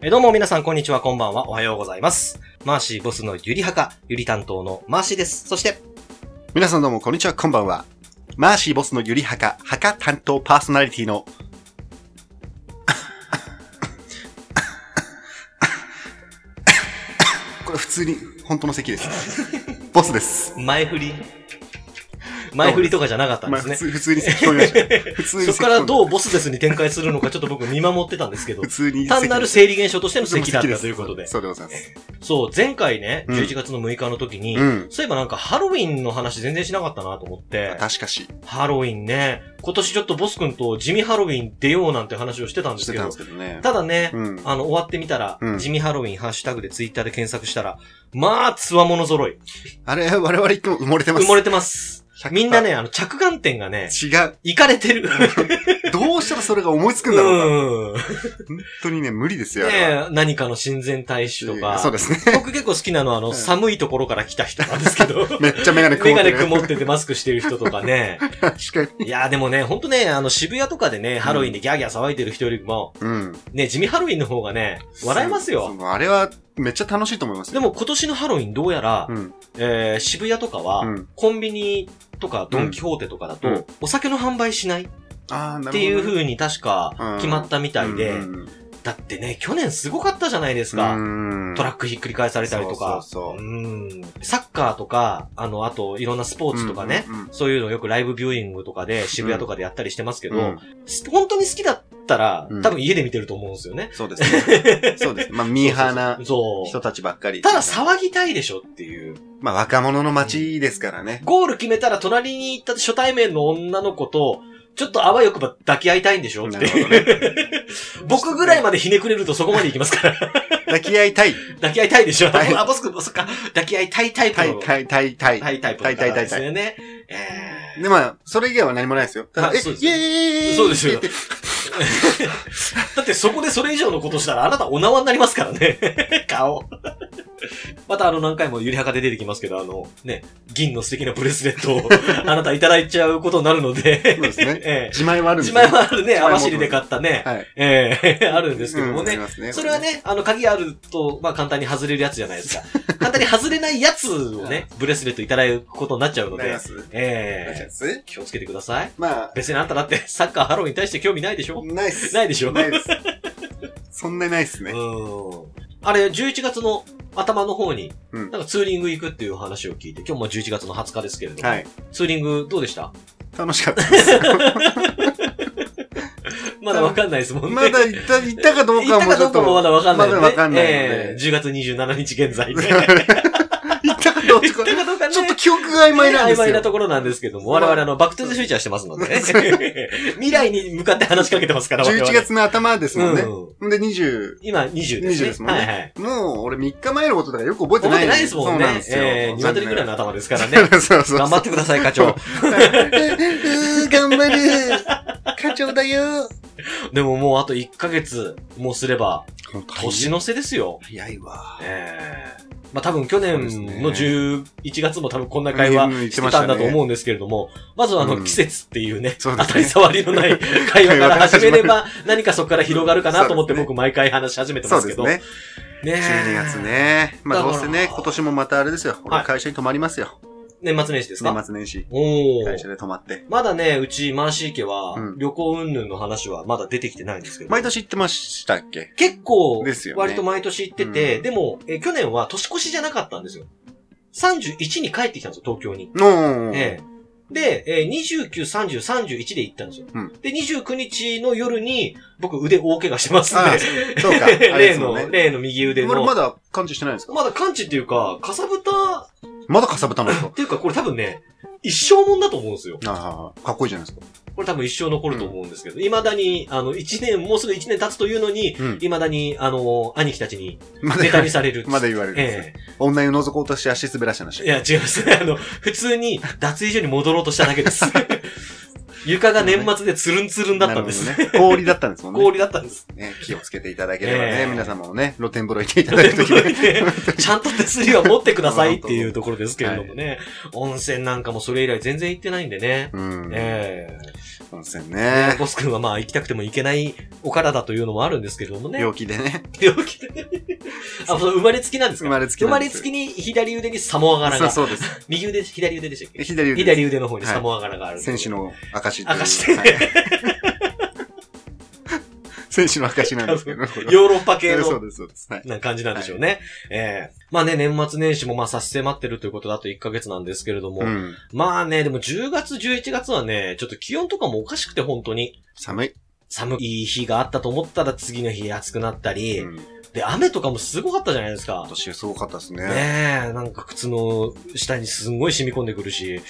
えーどうも皆さん、こんにちは、こんばんは、おはようございます。マーシーボスのゆりはか、ゆり担当のマーシーです。そして、皆さんどうも、こんにちは、こんばんは。マーシーボスのゆりはか、はか担当パーソナリティの、これ普通に本当の席です。ボスです。前振り。 前振りとかじゃなかったんまであ、す普ね。通普通に席聞こえました。普通にそ咳こ込んかだらどうボスですに展開するのかちょっと僕見守ってたんですけど 普、通に単なる生理現象としての席だったということで。 そうでございます。そう、前回ね、うん11月の6日の時に、うん。そういえばなんかハロウィンの話全然しなかったなと思って、確かし、ハロウィンね、今年ちょっとボス君と地味ハロウィン出ようなんて話をしてたんでしすてけたんどです、けどね。ただね、うん。あの、終わってみたら、うん地味ハロウィンハッシュタグでツイッターで検索したら、まあ、つわもの揃い。あれ、我々いつも埋もれてます。埋もれてます。 100%みんな。ね、あの、着眼点がね、違う。いかれて る。どうしたらそれが思いつくんだろうか。うん。本当にね、無理ですよ、あれは。ね何かの親善大使とそうか。です ね。僕結構好きなのは、あの、ん寒いところから来た人なんですけ ど。 めっちゃメガネ曇メってガる。ネ曇っててマスクしてる人とかね。確かに。いや、でもね、ほんとね、あの、渋谷とかでね、ハロウィンでギャーギャー騒いでる人よりも、うん。ね、地味ハロウィンの方がね、笑えますそうよ。そうあれはめっちゃ楽しいと思いますでよ。も今年のハロウィンどうやら、うん。えー渋谷とかは、うん。コンビニとかドンキホーテとかだと、うんお酒の販売しないっああ、なるほどね。ていう風に確か決まったみたいで、うんうんだってね、去年すごかったじゃないですうか。んトラックひっくり返されたりとか。そうそううそんサッカーとか、あの、あといろんなスポーツとかね、うんうんそういうのよくライブビューイングとかで渋谷とかでやったりしてますけど、うん。本当に好きだったら、うん多分家で見てると思うんですよね。そうです ね。そうです。まあ、ミーハーなそう人たちばっかり。ただ騒ぎたいでしょっていう。まあ、若者の街ですからね。ゴール決めたら隣に行った初対面の女の子と、ちょっとあわよくば抱き合いたいんでしょっなてるほいうど。ね。 僕ぐらいまでひねくれるとそこまで行きますから。 抱き合いたい。抱き合いたいでしょ、はい あ、ボス君、ボスか。抱き合いたいタイプたのい、。たい、たい、たい。タイタイプたのい、たい、方たでい、すたい。よね。えで、まあ、それ以外は何もないですよ。ただはいえ、そうですイエーイそうですよってーだってそこでそれ以上のことしたらあなたお縄になりますからね。 顔。またあの何回もゆりはかで出てきますけど、あのね、銀の素敵なブレスレット をあなたいただいちゃうことになるので そうですねええ。自前はあるんで自すよ前もあるね、自前も網走で買ったね。はい。ええ あるんですけどもうんありね。ますね。それはね、あの、鍵あると、まあ、簡単に外れるやつじゃないです か。簡単に外れないやつをね、ブレスレットいただくことになっちゃうこのれね。なりでま、すなりええます気をつけてください。まあ、別にあんただって、 サッカーハロウィンに対して興味ないでしょないっす。ないでしょな いです。そんなにないっすうね。ん。あれ、11月の頭の方に、うなんんかツーリング行くっていう話を聞いて、今日も11月の20日ですけれども、はい。ツーリングどうで した楽しかったです。まだわかんないですもんね。まだ行った、行ったかどう行かったもかちどょうっかと。もまだわかんないので。まだわかんないのでええ10月27日現 在で。行ったかどう行かっ。たかどうかねちょっと記憶が曖昧なんです曖昧なよ。ところなんですけども、まあ我々あの、バックトゥーザフューチャーしてますので、 ね、未来に向かって話しかけてますから、我々11月の頭ですもんね。うんで、20、今20です、ね。 20ですもんねはいはい。もう俺3日前のことだからよく覚えて覚えない。てないですもんそうなんねで。すよ。えー、鶏ぐらいの頭ですから ね。ね。 そうそう。頑張ってください、課長。うー頑張る。課長だよ。でももうあと1ヶ月もすれば、年の瀬ですよ。早いわ。えーまあ多分去年そうのです11月も多分こんな会話うん言しっててましたたねんだと思うんですけれども、まずはあうのん季節っていうね、そう当ですねたり障りのない会話から始めれ会話ば、何かそこから広がるかなと思ってそうです僕毎回話し始めてまそうすでけすど。ね。ねえ12月。ね。まあだかどらうせね、今年もまたあれですよ。は俺い会社に泊まりますよ。年末年始ですか年末年始。おお。会社で泊まって。まだね、うち、マーシー家はう、ん旅行云々の話はまだ出てきてないんですけど。毎年行ってましたっけ結構です、よね割と毎年行ってて、うんでも、え去年は年越しじゃなかったんですよ。31に帰ってきたんですよ、東京に。のええで、えー29、30、31で行ったんですよ。うんで、29日の夜に、僕腕大怪我してますあ あね。そうか。あれで例すもんねの、例の右腕の。俺ままだ、だ感知してないんですか完治っていうか、かさぶたっまだかさぶたなんですかていうか、これ多分ね、一生もんだと思うんですよ。ああ、かっこいいじゃないですか。これ多分一生残ると思うんですけど、未だに、あの、一年、もうすぐ一年経つというのに、うん。未だに、あの、兄貴たちにまだネタにされるっつって。 まだ言われるんですねえ女湯覗こうとして足滑らしえた話。 いや、違います。あの、普通に脱衣所に戻ろうとしただけです。床が年末でツルンツルンだったんです。なるほどね。氷だったんですもんね。氷だったんです。ね、気をつけていただければね、ええ皆様もね、露天風呂行っていただくときに。 ちゃんと手すりは持ってくださいっていうところですけれどもね。温泉なんかもそれ以来全然行ってないんでね。うん。ええ温泉ねね。ボス君はまあ行きたくても行けないお体というのもあるんですけれどもね。病気 でね。病気で。 あ、その生まれつきなんです生かまれつき生なまんでれす。つきに左腕にサモア柄そうが。そうです。右腕、左腕でしたっけ左腕です。左腕の方にサモア柄がある。選手の証という。証ではい 選手の証なんですけど。ヨヨーロッパ系そうの。です、そうです。はい。な感じなんでしょうね。ええまあね、年末年始もまあ差し迫ってるということだと1ヶ月なんですけれども。うん。まあね、でも10月、11月はね、ちょっと気温とかもおかしくて本当に。寒い。寒い日があったと思ったら次の日暑くなったり、うん今で、雨とかもすごかったじゃないですか。年すごかったですね。ねえ、なんか靴の下にすんごい染み込んでくる し。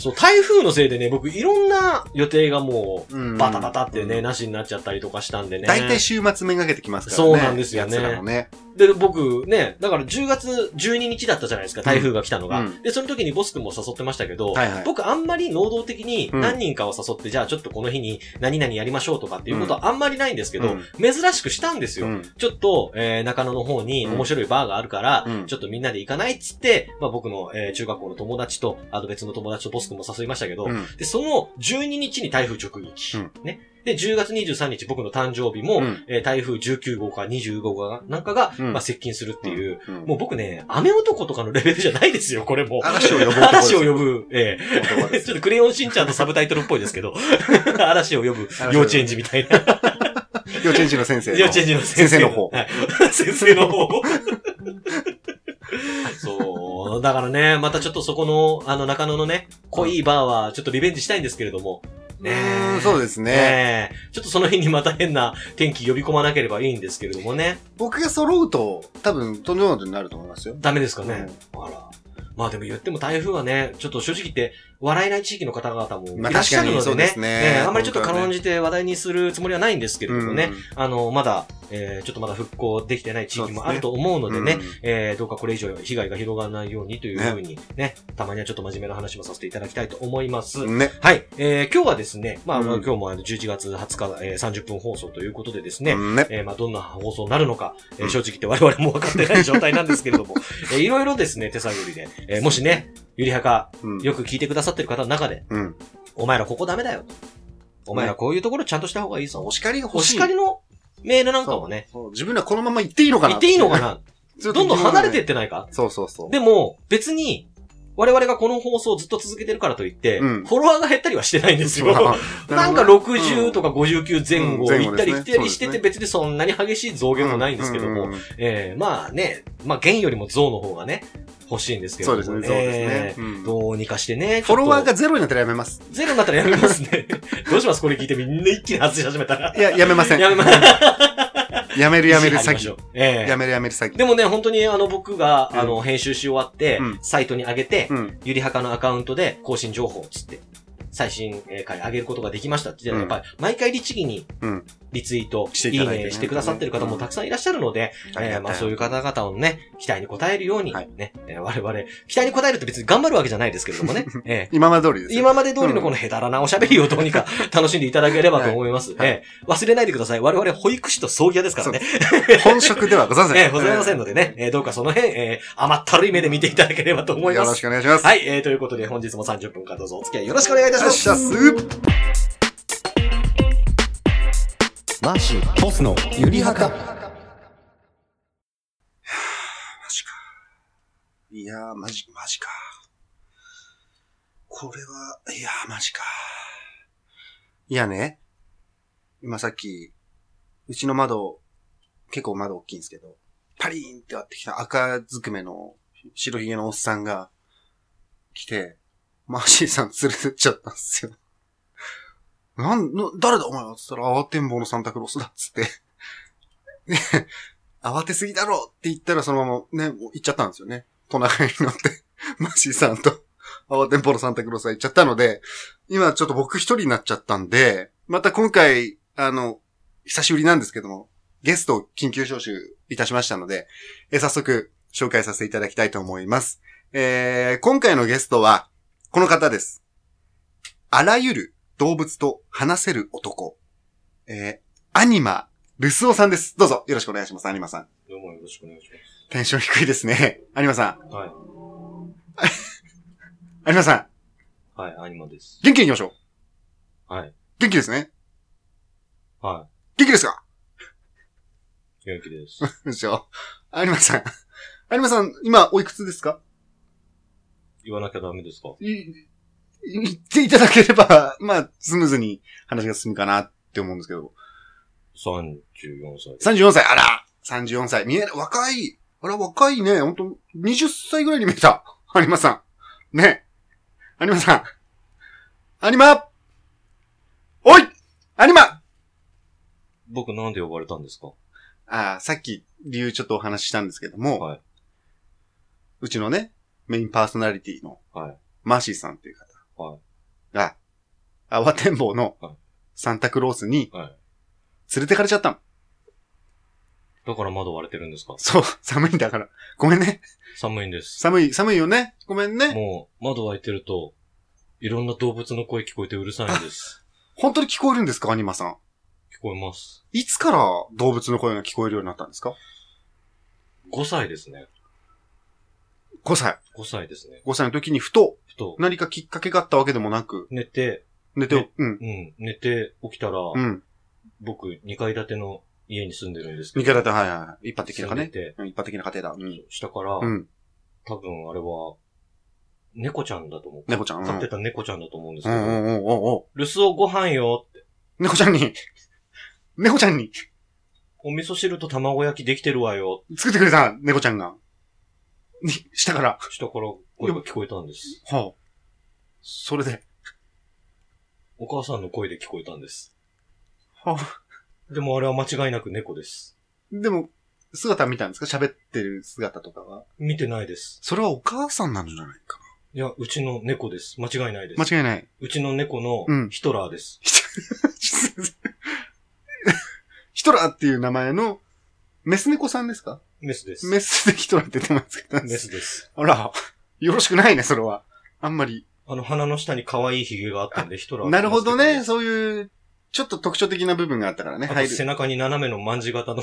そう、台風のせいでね、僕いろんな予定がもう、バタバタってね、うん。なしになっちゃったりとかしたんでね。大体週末めがけてきますからそね。うなんですよね奴らもね。で、僕ね、だから10月12日だったじゃないですか、台風が来たのが。うんで、その時にボス君も誘ってましたけど、はいはい僕あんまり能動的にうん何人かを誘って、じゃあちょっとこの日に何々やりましょうとかっていうことはあんまりないんですけど、うん珍しくしたんですよ。うんちょっと、えー中野の方に面白いバーがあるから、うんちょっとみんなで行かないっつって、まあ僕の、えー中学校の友達と、あと別の友達とボス君も誘いましたけど、うんで、その12日に台風直撃。うんね。で、10月23日僕の誕生日も、うんえー台風19号か25号かなんかが、うんまあ接近するっていう、うんもう僕ね、雨男とかのレベルじゃないですよ、これもう。嵐を呼ぶ男です嵐よを呼ぶ、え男えです ちょっとクレヨンしんちゃんのサブタイトルっぽいですけ ど、嵐を呼ぶ幼稚園児みたいな。幼稚園児の先生の。幼稚園児の先生先生の方はい 先生の方。 そう。だからね、またちょっとそこの、あの、中野のね、濃いバーは、ちょっとリベンジしたいんですけれども。うーん、そうですね。ねえちょっとその辺にまた変な天気呼び込まなければいいんですけれどもね。僕が揃うと、多分、とんでもないことになると思いますよ。ダメですかね。あら。まあでも言っても台風はね、ちょっと正直言って、笑えない地域の方々もいまあらっしゃるのでね。確かにそうですねえあんまりちょっと軽んじて話題にするつもりはないんですけれどもね。あの、まだ、えーちょっとまだ復興できてない地域もあると思ううのん。でね。うん。えーどうかこれ以上被害が広がらないようにというふうにねたまにはちょっと真面目な話もさせていただきたいと思います。ね。はい。えー今日はですね、まあ、あのうん今日もあの11月20日、えー30分放送ということでですね、ね。えーまあ、どんな放送になるのか、えーうん正直言って我々も分かってない状態なんですけれど も、えーいろいろですね、手探りで、えーもしね、ゆりはか、うんよく聞いてくださってる方の中で、うん。お前らここダメだよ。お前らこういうところちゃんとした方がいいぞお。叱りがお欲しい。叱りのメールなんかもね、そう自分らこのまま行っていいのかな言っていいのかなちょっと どんどん離れてい自分らねってないかそうそうそう。でも、別に、我々がこの放送をずっと続けてるからといって、うんフォロワーが減ったりはしてないんですそよ。うなんか60とか59前後うん前行後っでたりすね来たりしてそうてですね別にそんなに激しい増減もないんですけどうも、んうんえーまあね、まあ減よりも増の方がね、欲しいんですけどそうもですね、そうですえーね。うんどうにかしてね。フォロワーちょっがゼロになったらやめます。とゼロになったらやめますね。 どうしますこれ聞いてみんな一気に外し始めた ら。いや、やめません。やめます。やめる やめる意思あり詐ましょ欺。う。ええやめるやめる詐欺。でもね、本当にあの僕が、うんあの、編集し終わって、うんサイトに上げて、うん。ゆりはかのアカウントで更新情報をつって、最新えー回上げることができましたって言ったら、やうっぱり毎回律儀にうん。リツイート、していいただいてねねしてくださってる方もたくさんいらっしゃるので、えーまあそういう方々のね、期待に応えるように、はいね、えー我々、期待に応えるって別に頑張るわけじゃないですけれども ね、えー今まで通りですよ。今まで通りのこのヘタラなおしゃべりをどうにか楽しんでいただければと思います。はいえー忘れないでください。我々保育士と葬儀屋ですからね。本職ではございませ ん。えーございませんのでね、えーどうかその辺、えー甘ったるい目で見ていただければと思い よまろすし。くお願いします。はい、えー、ということで本日も30分間どうぞお付き合いよろしくお願いいたしよまっす。しゃっすマーシー、ボスのゆりはか。いやー、マジ、マジか。これは、いやー、マジか。いやね、今さっき、うちの窓、結構窓大きいんですけど、パリーンって割ってきた赤ずくめの白ひげのおっさんが来て、マーシーさん連れてっちゃったんですよ。なん、の誰だお前はつったら、慌てんぼうのサンタクロースだっつって。ね慌てすぎだろって言ったらそのままね、もう行っちゃったんですよね。トナカイに乗って、 マーシーさんと、慌てんぽのサンタクロースが行っちゃったので、今ちょっと僕一人になっちゃったんで、また今回、あの、久しぶりなんですけども、ゲストを緊急招集いたしましたので、えー早速紹介させていただきたいと思います。えー、今回のゲストは、この方です。あらゆる動物と話せる男。えー、アニマ、ルスオさんです。どうぞ、よろしくお願いします、アニマさん。どうもよろしくお願いしテンション低いですね。 アニマさん、ます。はい。アニマさん、はい、アニマです。元気に行きましょう。はい。元気ですね。は元気ですかい。元気です。 そうですよ。アニマさん。アニマさん、今、おいくつですか言わなきゃダメですかい、い言っていただければ、まあ、スムーズに話が進むかなって思うんですけど。 ?34 歳です。 34歳、あら !34 歳、見える、若いあら、若いね、ほんと、20歳ぐらいに見えた。アニマさん。ね。アニマさん。アニマおいアニマ僕なんで呼ばれたんですかああ、さっき、理由ちょっとお話ししたんですけども、はいうちのね、メインパーソナリティの、はい。マーシーさんっていう方はい。が、泡展望のはいサンタクロースにはい。連れてかれちゃったの。だから窓割れてるんですかそう、寒いんだから。ごめんね。寒いんです。寒い、寒いよね。ごめんね。もう、窓開いてると、いろんな動物の声聞こえてうるさいんです。本当に聞こえるんですか、アニマさん。聞こえます。いつから動物の声が聞こえるようになったんですか5歳ですね。 ?5 歳。 5歳ですね。 5歳の時にふと、ふと、何かきっかけがあったわけでもなく、寝て、寝て、ねうん。うん、寝て起きたら、うん。僕、2階建ての家に住んでるんですけ見ど。方だはいはい。一般的な住家んでね。て、うん一般的な家庭だ。うん。下から、うん。多分あれは、猫ちゃんだと思う。猫ちゃん。うん。飼ってた猫ちゃんだと思うんですけうど、んうんうんうんうん。留守をご飯よって、猫ちゃんに、 猫ちゃんに、お味噌汁と卵焼きできてるわよ作ってくれた猫ちゃんが。に、したから。下から声が聞こえたんです。はあ、それで。お母さんの声で聞こえたんです。はあ、でもあれは間違いなく猫です。でも、姿見たんですか喋ってる姿とかは。見てないです。それはお母さんなんじゃないかいや、うちの猫です。間違いないです。間違いない。うちの猫うのんヒトラーです。 ヒトラーっていう名前の、メス猫さんですかメスです。メスでヒトラーって名前つけたんメです。スです。あら、よろしくないね、それは。あんまり。あの、鼻の下に可愛いヒゲがあったんで、ヒトラーなるほどね。ですそういう、ちょっと特徴的な部分があったからね。あと入背る。中に斜めのまんじ型の。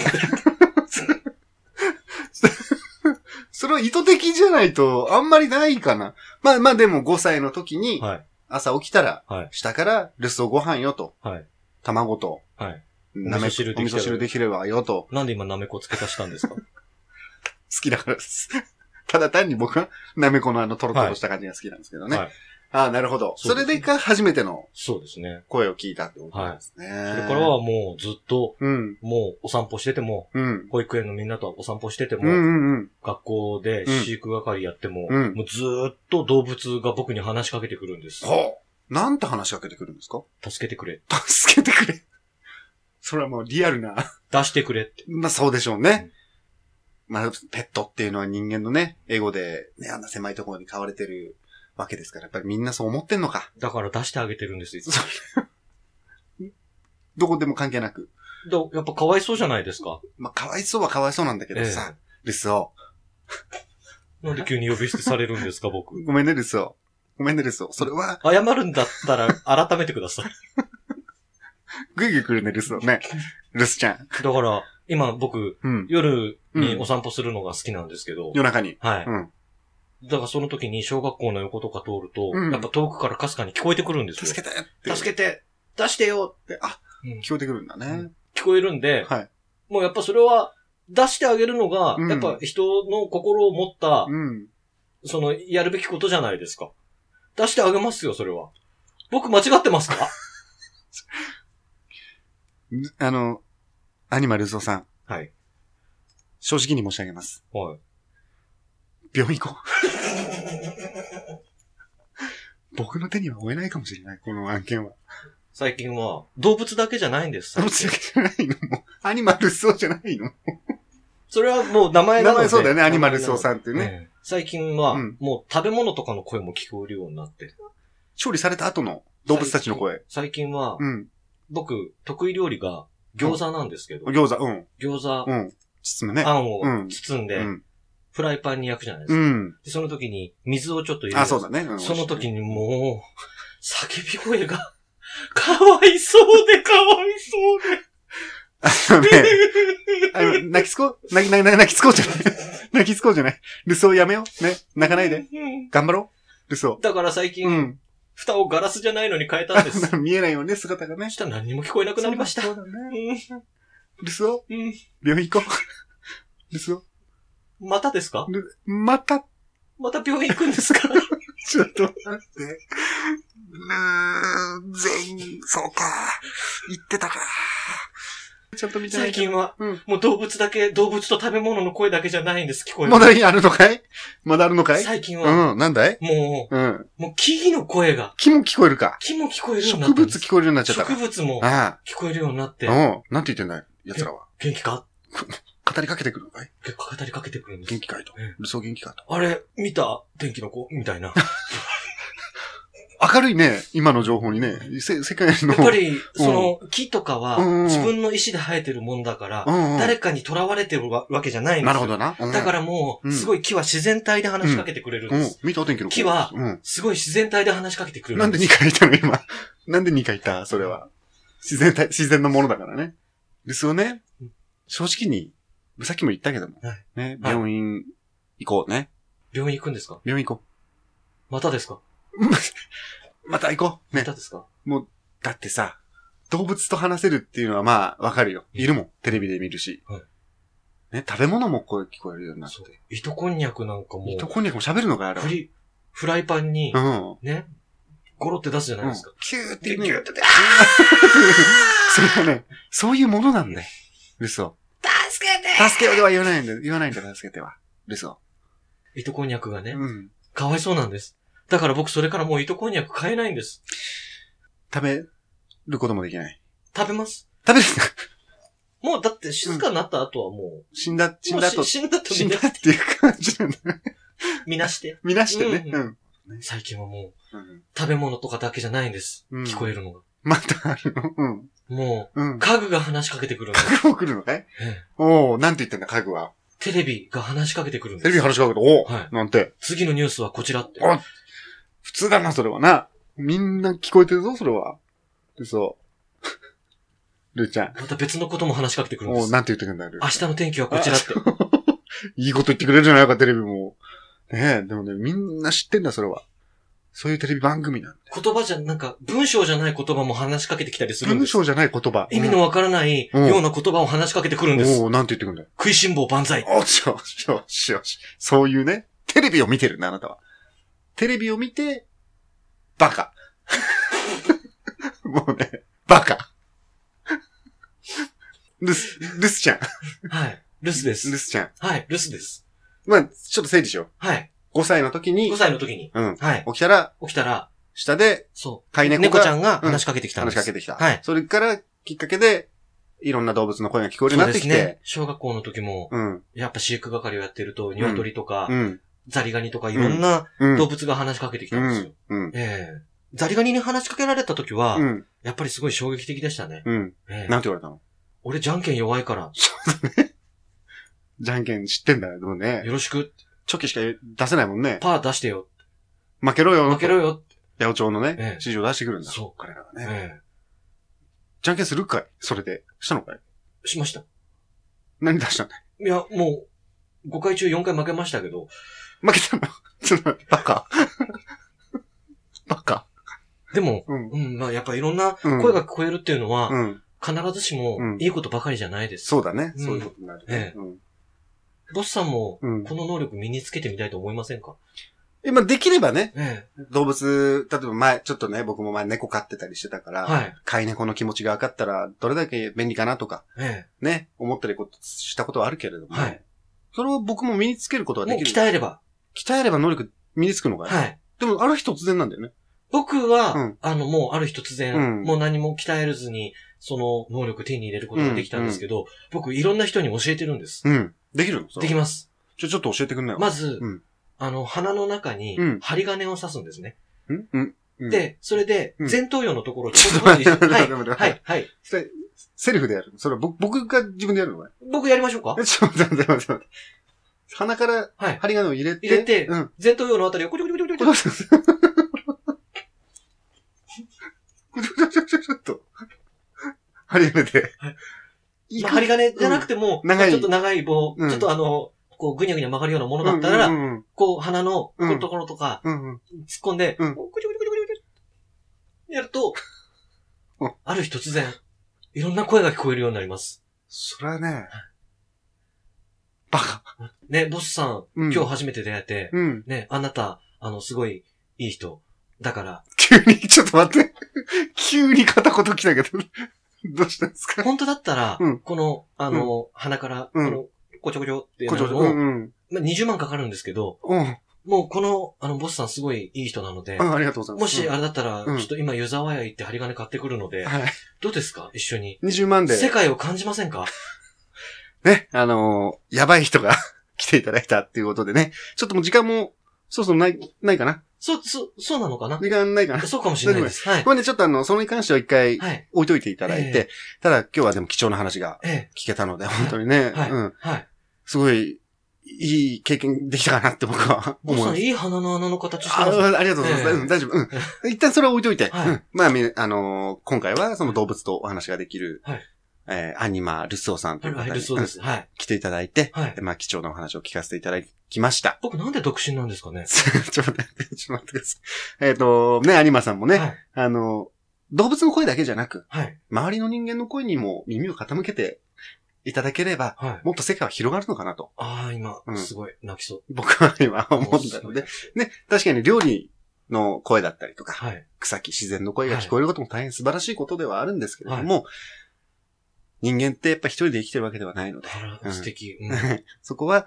それは意図的じゃないと、あんまりないかな。まあまあでも5歳の時に、はい。朝起きたら、はい下から留守をご飯よと、はい。卵と、はい。なおめ味噌汁おでき味た噌ら汁できればよと、なんで今ナメコ付け足したん ですか好きだからです。 ただ単に僕は、なめこのあの、トロトロした感じが好きなんですけどね。はいはいああ、なるほど。そうそですねれでか、初めてのそうですね。声を聞いたってことなんですね。それからはもうずっと、うん、もうお散歩してても、うん、保育園のみんなとお散歩しててうん、うも、ん、うん。学校で飼育係やっても、うんもうずーっと動物が僕に話しかけてくるんです。ほう。なんて話しかけてくるんですか助けてくれ。助けてくれ。 それはもうリアルな。 出してくれって。まあそうでしょうね。まあ、ペットっていうのは人間のね、エゴで、ね、あんな狭いところに飼われてるわけですから、やっぱりみんなそう思ってんのか。だから出してあげてるんです、いつもそどこでも関係なく。だやっぱかわいそうじゃないですか。まあ、かわいそうはかわいそうなんだけどさ、留守を。えなんで急に呼び捨てされるんですか、僕。ごめんね、留守を。ごめんね、留守を。それは、謝るんだったら改めてください。ぐいぐい来るね、留守をね。留守ちゃん。だから、今僕、うん。夜にお散歩するのが好きなんですけど、夜中に。はい。うんだからその時に小学校の横とか通ると、うんやっぱ遠くからかすかに聞こえてくるんですよ。助けてって。助けて出してよけて。あ、うん聞こえてくるんだね。聞こえるんで、はい。もうやっぱそれは出してあげるのが、うんやっぱ人の心を持った、うん。その、やるべきことじゃないですか。出してあげますよ、それは。僕間違ってます かあの、アニマルズオさん、はい。正直に申し上げます。はい。病院 行こう。僕の手には負えないかもしれない、この案件は。最近は、動物だけじゃないんです。そ最近っちだけじゃないのもうアニマルズオじゃないのそれはもう名前な名ので前そうだよね、アニマルズオさんっていう名前なのね。でええ最近はうん、もう食べ物とかの声も聞こえるようになって。処理された後の動物たちの声。最近はう、ん。僕、得意料理が餃子なんですけど、餃子、うん。餃子、うん。包むね。あんをうん包んうで、ん。フライパンに焼くじゃないですうか。ん。でその時に水をちょっと入れる。あ、そうだね。うんその時にもう、叫び声が、 かわいそうで、かわいそうあの ね、で。あの泣きつこう泣き、泣き泣き泣きつこうじゃない。 泣きつこうじゃない。留守をやめよう。ね。泣かないで。うん。頑張ろう。留守を。だから最近、うん。蓋をガラスじゃないのに変えたんです。 そ見えないよね、姿がね。したら何にも聞こえなくなりました。そうだね。留守をうんうん病院行こう。 留守またですかを留またまた病院行くんですか ちょっと待って。うーん、全員、そうか。言ってたか。ちゃんと見てな最いけど。近は、うんもう動物だけ、動物と食べ物の声だけじゃないんです、聞こえるまだあるのかいまだあるのかい最近は、うん、なんだいもうん。う、もう木々の声が、木も聞こえるか。木も聞こえるよう植になったんで物す。聞こえるようになっちゃったか植物もあ聞こえるようになって、あ。うん。なんて言ってんだい奴らは。元気か語りかけてくるのかいって語りかけてくるんです元。気かいと。うん理想元気かいと。あれ、見た天気の子みた いな。明るいね、今の情報にね。せ、世界やの。っぱり、その、木とかはうんうんうん、自分の意志で生えてるもんだからう、んうん、誰かに囚われてるわわけじゃないんですなよるほどな。、だかららもうう、んすごい木は自然体で話しかけてくれるんうでんす。。見たお天気の子木はうん。すごい自然体で話しかけてくれるなんんでです2回言ったの今。 なんで2回言ったそれは。自然体、自然のものだからね。ですよねうん。正直に、さっきも言ったけども。はいね、はい病院行こうね。病院行くんですか病院行こまたですかう。 また行こう。まね。たですかだってさ、動物と話せるっていうのはまあ、わかるよ。いるもん。テレビで見るし。はいね、食べ物も声聞こえるようになっそうて。。糸こんにゃくなんかも糸う、こんにゃくも喋るのがあるわフリ、フライパンにう、ん。ね、ゴロって出すじゃないですか。キューってで言うギねュッて出それはね、そういうものなんだよ。嘘。助けて助けようでは言わないんだよ。言わないんだよ、助けては。嘘。糸こんにゃくがね、うん。かわいそうなんです。だから僕それからもう糸こんにゃく買えないんです。食べることもできない。食べます。食べるんだもうだって静かになった後はもう、死んだ、死もんうだと、し死んだと死みんんだなっていう感じなんだ。みなして。見なしてね。ううんん。最近はもう、うん食べ物とかだけじゃないんです。うん聞こえるのが。またあるのうん。もうんう、。家具が話しかけてく るんです。家具も来るのかいええおおなんて言ってんだ、家具は。テレビが話しかけてくるんです。テレビ話しかけて、おおはいなんて。次のニュースはこちらって。お普通だな、それはな。みんな聞こえてるぞ、それは。嘘。 ルーちゃん。また別のことも話しかけてくるんでおおす。なんて言ってくんだ、ルー明日の天気はこちらって。いいこと言ってくれるじゃないか、テレビも。ねえ、でもね、みんな知ってんだ、それは。そういうテレビ番組なんだ。言葉じゃ、なんか、文章じゃない言葉も話しかけてきたりするん文です。章じゃない言葉。意味のわからないうんような言葉を話しかけてくるんです。おおなんて言ってくんだよ。食いしん坊万歳。おしよしよしよし。そういうね、テレビを見てるんだ、あなたは。テレビを見て、バカ。 もうね、バカ。ルス、ルスちゃん。はい。留守でルす。スちゃん。はい。留守です。まあ、ちょっと整理しよはい。う。5歳の時に5、歳の時に。うん。はい。起きたら、起きたら、下でそ。飼いう猫猫が、ちゃんが話しかけてきたんで話しす。かけてきた。はいそれから、きっかけで、いろんな動物の声が聞こえるようになってそきうですてね。。小学校の時も、うん。やっぱ飼育係をやってると、鶏とかう、ん。ザリガニとかいろんなうん。動物が話しかけてきたんですよ。うん。ええザリガニに話しかけられた時はう、ん。やっぱりすごい衝撃的でしたね。うん。ええなんて言われたの俺じゃんけん弱いから、じゃんけん知ってんだよ、でもね。よろしく、チョキしか出せないもんね。パー出してよ、負けろよ。負けろよ。八百長のねええ、指示を出してくるんだ。そう彼らがね。えじゃんけんするかいそれで。したのかいえしました。何出したんだいいや、もう、5回中4回負けましたけど、負けた のちょっと待ってバカ。バカ。でも、うん。うん、まあやっぱいろんなうん声が聞こえるっていうのは、うん。必ずしもうんいいことばかりじゃないです。そうだね。うんそういうことになるね。うんボスさんも、うんこの能力身につけてみたいと思いませんかえ、まあ、できればね、え動物、例えば前、ちょっとね、僕も前猫飼ってたりしてたかえら、はい。飼い猫の気持ちが分かったら、どれだけ便利かなとか、えね、思ったりことしたことはあるけれども、はいそれを僕も身につけることえがもでうきる。鍛えれば。鍛えれば能力身につくのかい、はい。でも、ある日突然なんだよね。僕は、うんあの、もうある日突然、うんもう何も鍛えずに、その能力手に入れることができたんですけど、僕いろんな人に教えてるんです。うん。できるのそれできます。ちょ、ちょっと教えてくんないまず、うんあの、鼻の中にうん、針金を刺すんですね。んうん。うん、で、それで、うん前頭葉のところをちょっと待っては待っいて待って待っ、てはい、はい。それセルフでやるのそれ僕、僕が自分でやるのこれ僕やりましょうかえちょっと待って待って待って。鼻からはい。針金を入れて。入れてうん。前頭葉のあたりをこちょこちょこちょこちょこハリウで。まあ、針金じゃなくても、長いちょっと長い棒、うんちょっとあの、こう、ぐにゃぐにゃ曲がるようなものだったら、うんうんこう、鼻の、こうんのところとか、うん。う突んっ込んで、うんこうぐちょぐちょぐちょぐちょぐちょやるとうん、ある日突然、いろんな声が聞こえるようになります。それはね、バカ。ね、ボスさん、うん今日初めて出会えて、うん。ね、あなた、あの、すごい、いい人。だから、急に、ちょっと待って。 急に片言来たけど、どうしたんですか本当だったら、うんこの、あの、鼻から、うこんの、こちょこちょってやこちょるこちのょ。を、うんうん。まあ、20万かかるんですけど、うん。もうこの、あの、ボスさんすごいいい人なので、うんありがとうございます。もしうんあれだったら、ちうょんっと今湯沢屋行って針金買ってくるので、はい。どうですか一緒に。 20万で、世界を感じませんかね、あのーやばい人が 来ていただいたっていうことでね。ちょっともう時間も、そうそうない、ないかなそう、そう、そうなのかな時間ないかなそうかもしれないです。はい。これね、ちょっとあの、それに関しては一回はい。置いといていただいて、えただ今日はでも貴重な話がええ。聞けたので、本当にね、はいうん。はい。すごい、いい経験できたかなって僕はボ思いスさまん、す。いい鼻の穴の形してあますね。ありがとうございます。ええうん大丈夫。うん。一旦それは置いといて。はいうんまあ、みあのー今回はその動物とお話ができる、はいえーアニマ、ルスオさんというはい、方に、はい、そうです。はい。うん来ていただいて、はい。まあ、貴重なお話を聞かせていただきました。 僕なんで独身なんですかねちょっと待って、ちょっと待ってください。えっ、と、ね、アニマさんもね、はい。あの、動物の声だけじゃなく、はい。周りの人間の声にも耳を傾けていただければ、はい。もっと世界は広がるのかなと、ああ、今う、んすごい、泣きそう。僕は今思ったので、ね、確かに料理の声だったりとか、はい。草木、自然の声が聞こえることも大変素晴らしいことではあるんですけれども、人間ってやっぱ一人で生きてるわけではないので、 あうら、ん素敵。うんそこは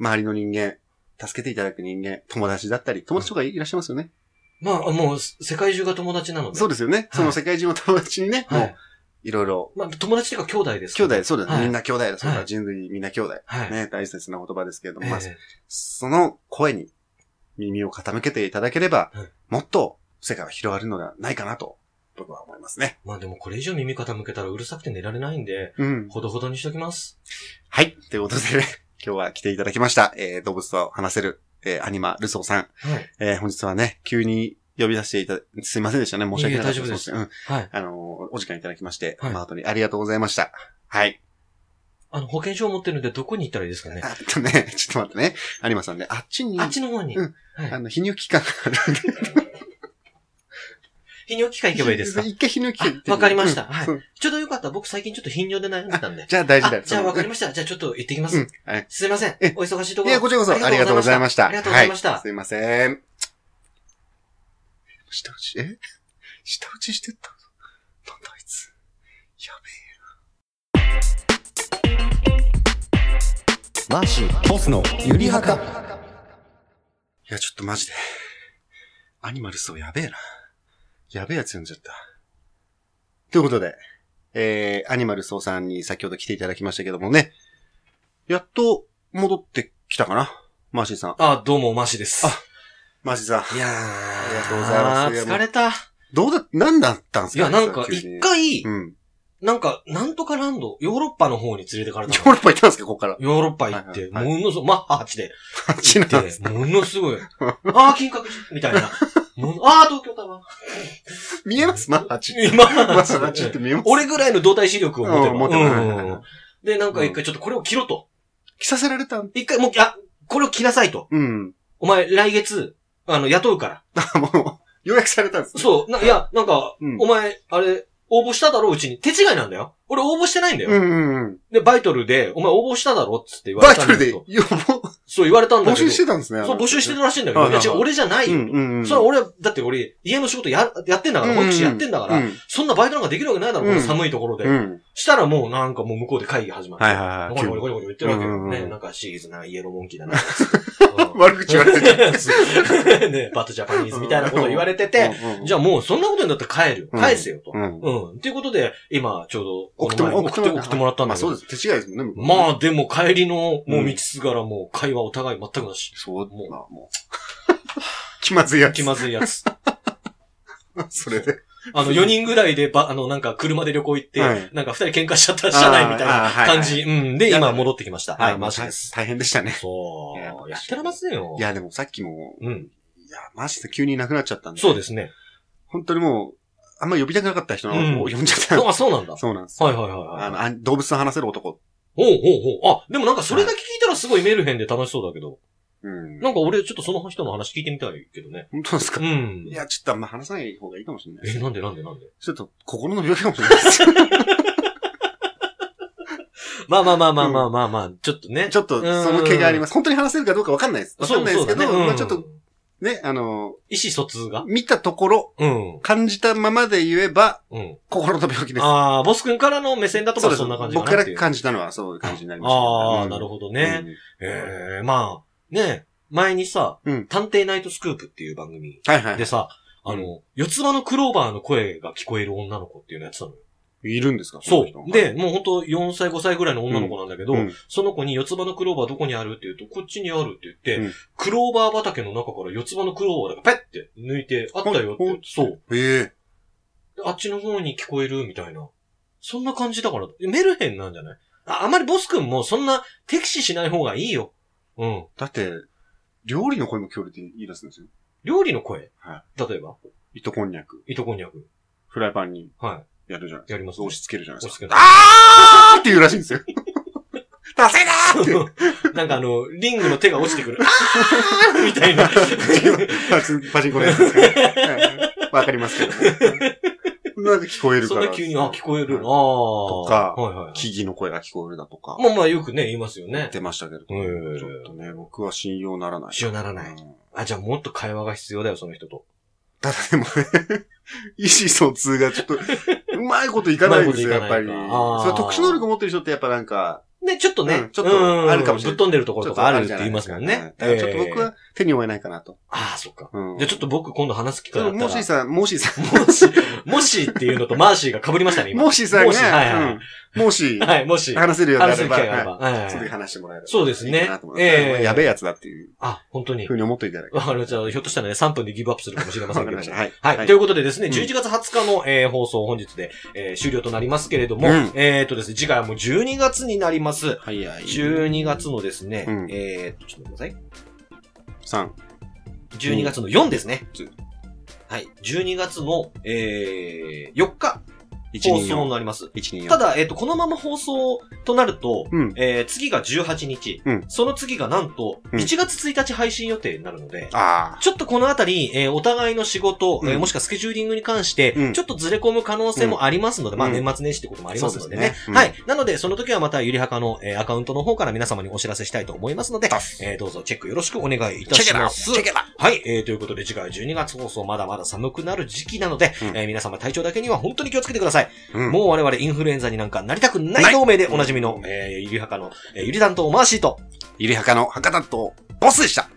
周りの人間、助けていただく人間、友達だったり、友達とかいらっしゃいますよね。まあ、もう、世界中が友達なので。そうですよね。その世界中の友達にね、はもうい。いろいろ、まあ、友達というか兄弟です兄から。弟、そうだ、はいみんな兄弟だ、そうだ、はい人類みんな兄弟。はい。ね、大切な言葉ですけれども、まあええその声に耳を傾けていただければ、はいもっと世界は広がるのではないかなと、僕は思いますね。まあでもこれ以上耳傾けたらうるさくて寝られないんで、うん。ほどほどにしときます。はい。ということでね、 今日は来ていただきました。えー、動物と話せる、えー、アニマ、ルソーさん。はい。えー、本日はね、急に呼び出していただ、すいませんでしたね。申し訳なかったいえいえ大丈夫ですうん。はい。あのーお時間いただきまして、はい誠にありがとうございました。はい。あの、保険証を持ってるんでどこに行ったらいいですかね。あとね、 ちょっと待ってね。有馬さんね、あっちに、ああっちの方に。うんはい。の、皮乳期間があるんで。頻尿機械行けばいいですか一回皮乳期間行ってあわかりましたうんはいそうちょうどよかった。僕最近ちょっと頻尿で悩んでたんで。じゃあ大事だあよじゃあわかりまました。じゃあちょっと行ってきます。うん。はいすいませんえ。お忙しいとこいろ。や、こちらこそありがとうございました。ありがとうございましたはすいません。下打ち、え下打ちしてったなんだあいつ。やべマーシー、ボスのゆりはか。え。いや、ちょっとマジで。アニマルスをやべえな。やべえやつ呼んじゃった。ということで、えー、アニマルスオさんに先ほど来ていただきましたけどもね。やっと戻ってきたかなマーシーさん。あ、どうも、マシです。あマーシーさん。いやー。りがとうございますあー疲れた。どうだ、なんだったんですいかや、なんか、急に一回う、ん。なんか、なんとかランド、ヨーロッパの方に連れてかれヨたーの。ロッパ行ったんですかここから。ヨーロッパ行って、はいはもいのすごい、マッハ8で。あっちなんですって、ものすご い、ああ、金閣寺みたいな。ものああ、東京タワー。見えますマッハチ。今マッハチって見えます俺ぐらいの動体視力を持てば。うん持てばはいうんで、なんか一回ちょっとこれを切ろと。着させられたん一回もう、あ、これを切なさいと。うん。お前、来月、あの、雇うから。あ、もう、予約されたんですねそう、な、いや、なんか、うんお前、あれ、応募しただろううちに。手違いなんだよ。俺応募してないんだよ。うんうんうん。で、バイトルで、お前応募しただろっつって言わバれイたトんだルけで、ど。予防、そう言われたんだ募けど。集してたんですね。そう、募集してた。るらしいんだけど。はいいはいや、はい違う俺じゃないよ。うんうんうん。それは俺、だって俺、家の仕事や、やってんだから、保育士やってんだから、うんそんなバイトなんかできるわけないだろ、こうのん寒いところで。うん。したらもうなんかもう向こうで会議始まって。はいはいはゴいリゴリゴリゴリ言ってるわけうんよ。うんうんね、なんかシリーズな、イエローモンキーだな。うん悪口 言われて る。ね、バッドジャパニーズみたいなことを言われてて、うんうんじゃあもうそんなことになったら帰るよ。うん返せよと。うん。うん。っていうことで、今、ちょうど、送っても、この前送って送ってもらったんだあけそどう。です。手違いですもんね、向こうまあ、でも帰りの、うもうん道すがらもう会話お互い全くなし。そう、もうまあも う。気まずいやつ。気まずいやつ。 それで。 あの、4人ぐらいで、ば、あの、なんか、車で旅行行って、はいなんか、2人喧嘩しちゃった、車内みたいなあーはいはい感じ。うん。で、今、戻ってきました。は、はいい、まマあジです。大変でしたね。そいやマジう。でやってられませんよ。いや、でもさっきも、うん。いや、マジで急になくなっちゃったんで。そうですね。本当にもう、あんまり呼びたくなかった人のうんを呼んじゃった。あ、そうなんだ。そうなんです。はいはいはいはあい。のあ、動物の話せる男。ほうほうほう。あ、でもなんかそれだけ聞いたらすごいメルヘンで楽しそうだけど。うん。なんか俺ちょっとその人の話聞いてみたいけどね。本当ですか、うんい。や、ちょっとあんま話さない方がいいかもしれない。え、なんでなんでなんでちょっと心の病気かもしれな いです。まあまあまあまあまあまあまあ、ちょっとね。ちょっと、その気があります。本当に話せるかどうかわかんないです。わかそんうないでそすうけだど、ね。うんまあちょっと、ね、あの、意思疎通が見たところ、うん。感じたままで言えば、うん。心の病気です。ああ、ボス君からの目線だとそまうであすそんな感じかな僕からっていう感じたのはそういう感じになりましたね。あうあ、んなるほどね。。うんええまあ、ね前にさ、うん探偵ナイトスクープっていう番組はいはい。でさ、うんあの、四つ葉のクローバーの声が聞こえる女の子っていうのやってたのよ。いるんですかそのう。人で、もうほんと4歳5歳ぐらいの女の子なんだけど、うんその子に四つ葉のクローバーどこにあるって言うと、こっちにあるって言って、うんクローバー畑の中から四つ葉のクローバーだけペッって抜いて、あったよって言って、そう。。えであっちの方に聞こえるみたいな。そんな感じだから、メルヘンなんじゃないああまりボス君もそんな敵視しない方がいいよ。うん。えだって、料理の声も恐竜って言い出すんですよ。料理の声は例えば、糸こんにゃく、糸こんにゃく。フライパンにはやるじゃないい。やり ま、ですすか。ね。押し付けるじゃないで押すしか。付けあーって言うらしいんですよ。助けだーって。た。なんかあの、リングの手が落ちてく る。あーみたいな。パチンパチンコのやつですかねうんわかりますけども。なんで聞こえるかそんら。な急に、あ、聞こえるなうんとかはいはいはい。木々の声が聞こえるだとか。まあまあよくね、言いますよ言っね。てましたけれど。ええちょっとね、僕は信用ならない。信用ならないうん。あ、じゃあもっと会話が必要だよ、その人と。ただでもね、意思疎通がちょっと、うまいこといかないんですよ、うやまっいぱこといり。そかれないかは特殊能力持ってる人ってやっぱなんか、ね、ちょっとね、うんちょっとあるかもしれないうんぶっ飛んでるところとかあるって言いますもんね。ちょっとあるじゃないですかだからちょっと僕ええは手に負えないかなと。ああ、そっか。うんじゃあちょっと僕今度話す機で会あもったら。もしさん、もしさん、もし、もしっていうのとマーシーが被りましたね、今。もしさんもしはいはが、いうんもし、はい、もし。話せるようにな話すれ機ば、会があれはば。はいい次話してもらえる。そうですねいいかなと思いますええまあやべえやつだっていうあ、本当にふう。に思っていただけわかりました。ひょっとしたらね、3分でギブアップするかもしれまわせかんけりどまもした。。ははい。い、はいということでですね、うん11月20日の、えー放送本日で、えー終了となりますけれども、うんえっ、とですね、次回はもう12月になります。はいはい。 12月のですね、うんえーと、ちょっと待ってく3。ださい。12月の4ですねうん。はい。12月の、えー、4日1、放2、送に4。なります。 1、2、4。ただ、えっ、と、このまま放送となると、うんえー次が18日、うんその次がなんと、うん1月1日配信予定になるので、ああ。ちょっとこのあたり、えーお互いの仕事、うんえーもしくはスケジューリングに関して、うんちょっとずれ込む可能性もありますので、うんまあ年末年始ってこともありますのでそうねで。すねうんはい。なので、その時はまたゆりはかの、えーアカウントの方から皆様にお知らせしたいと思いますので、えーどうぞチェックよろしくお願いいたします。ケラはい。えーということで次回は12月放送、まだまだ寒くなる時期なので、うんえー皆様体調だけには本当に気をつけてください。うんもう我々インフルエンザになんかなりたくない同盟でおなじみの、えーゆりはかの、えーゆり担当マーシーと、ゆりはかの博多とボスでした。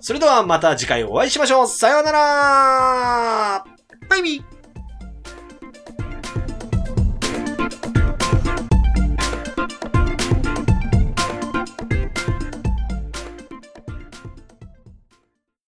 それではまた次回お会いしましょう。さようならバイビー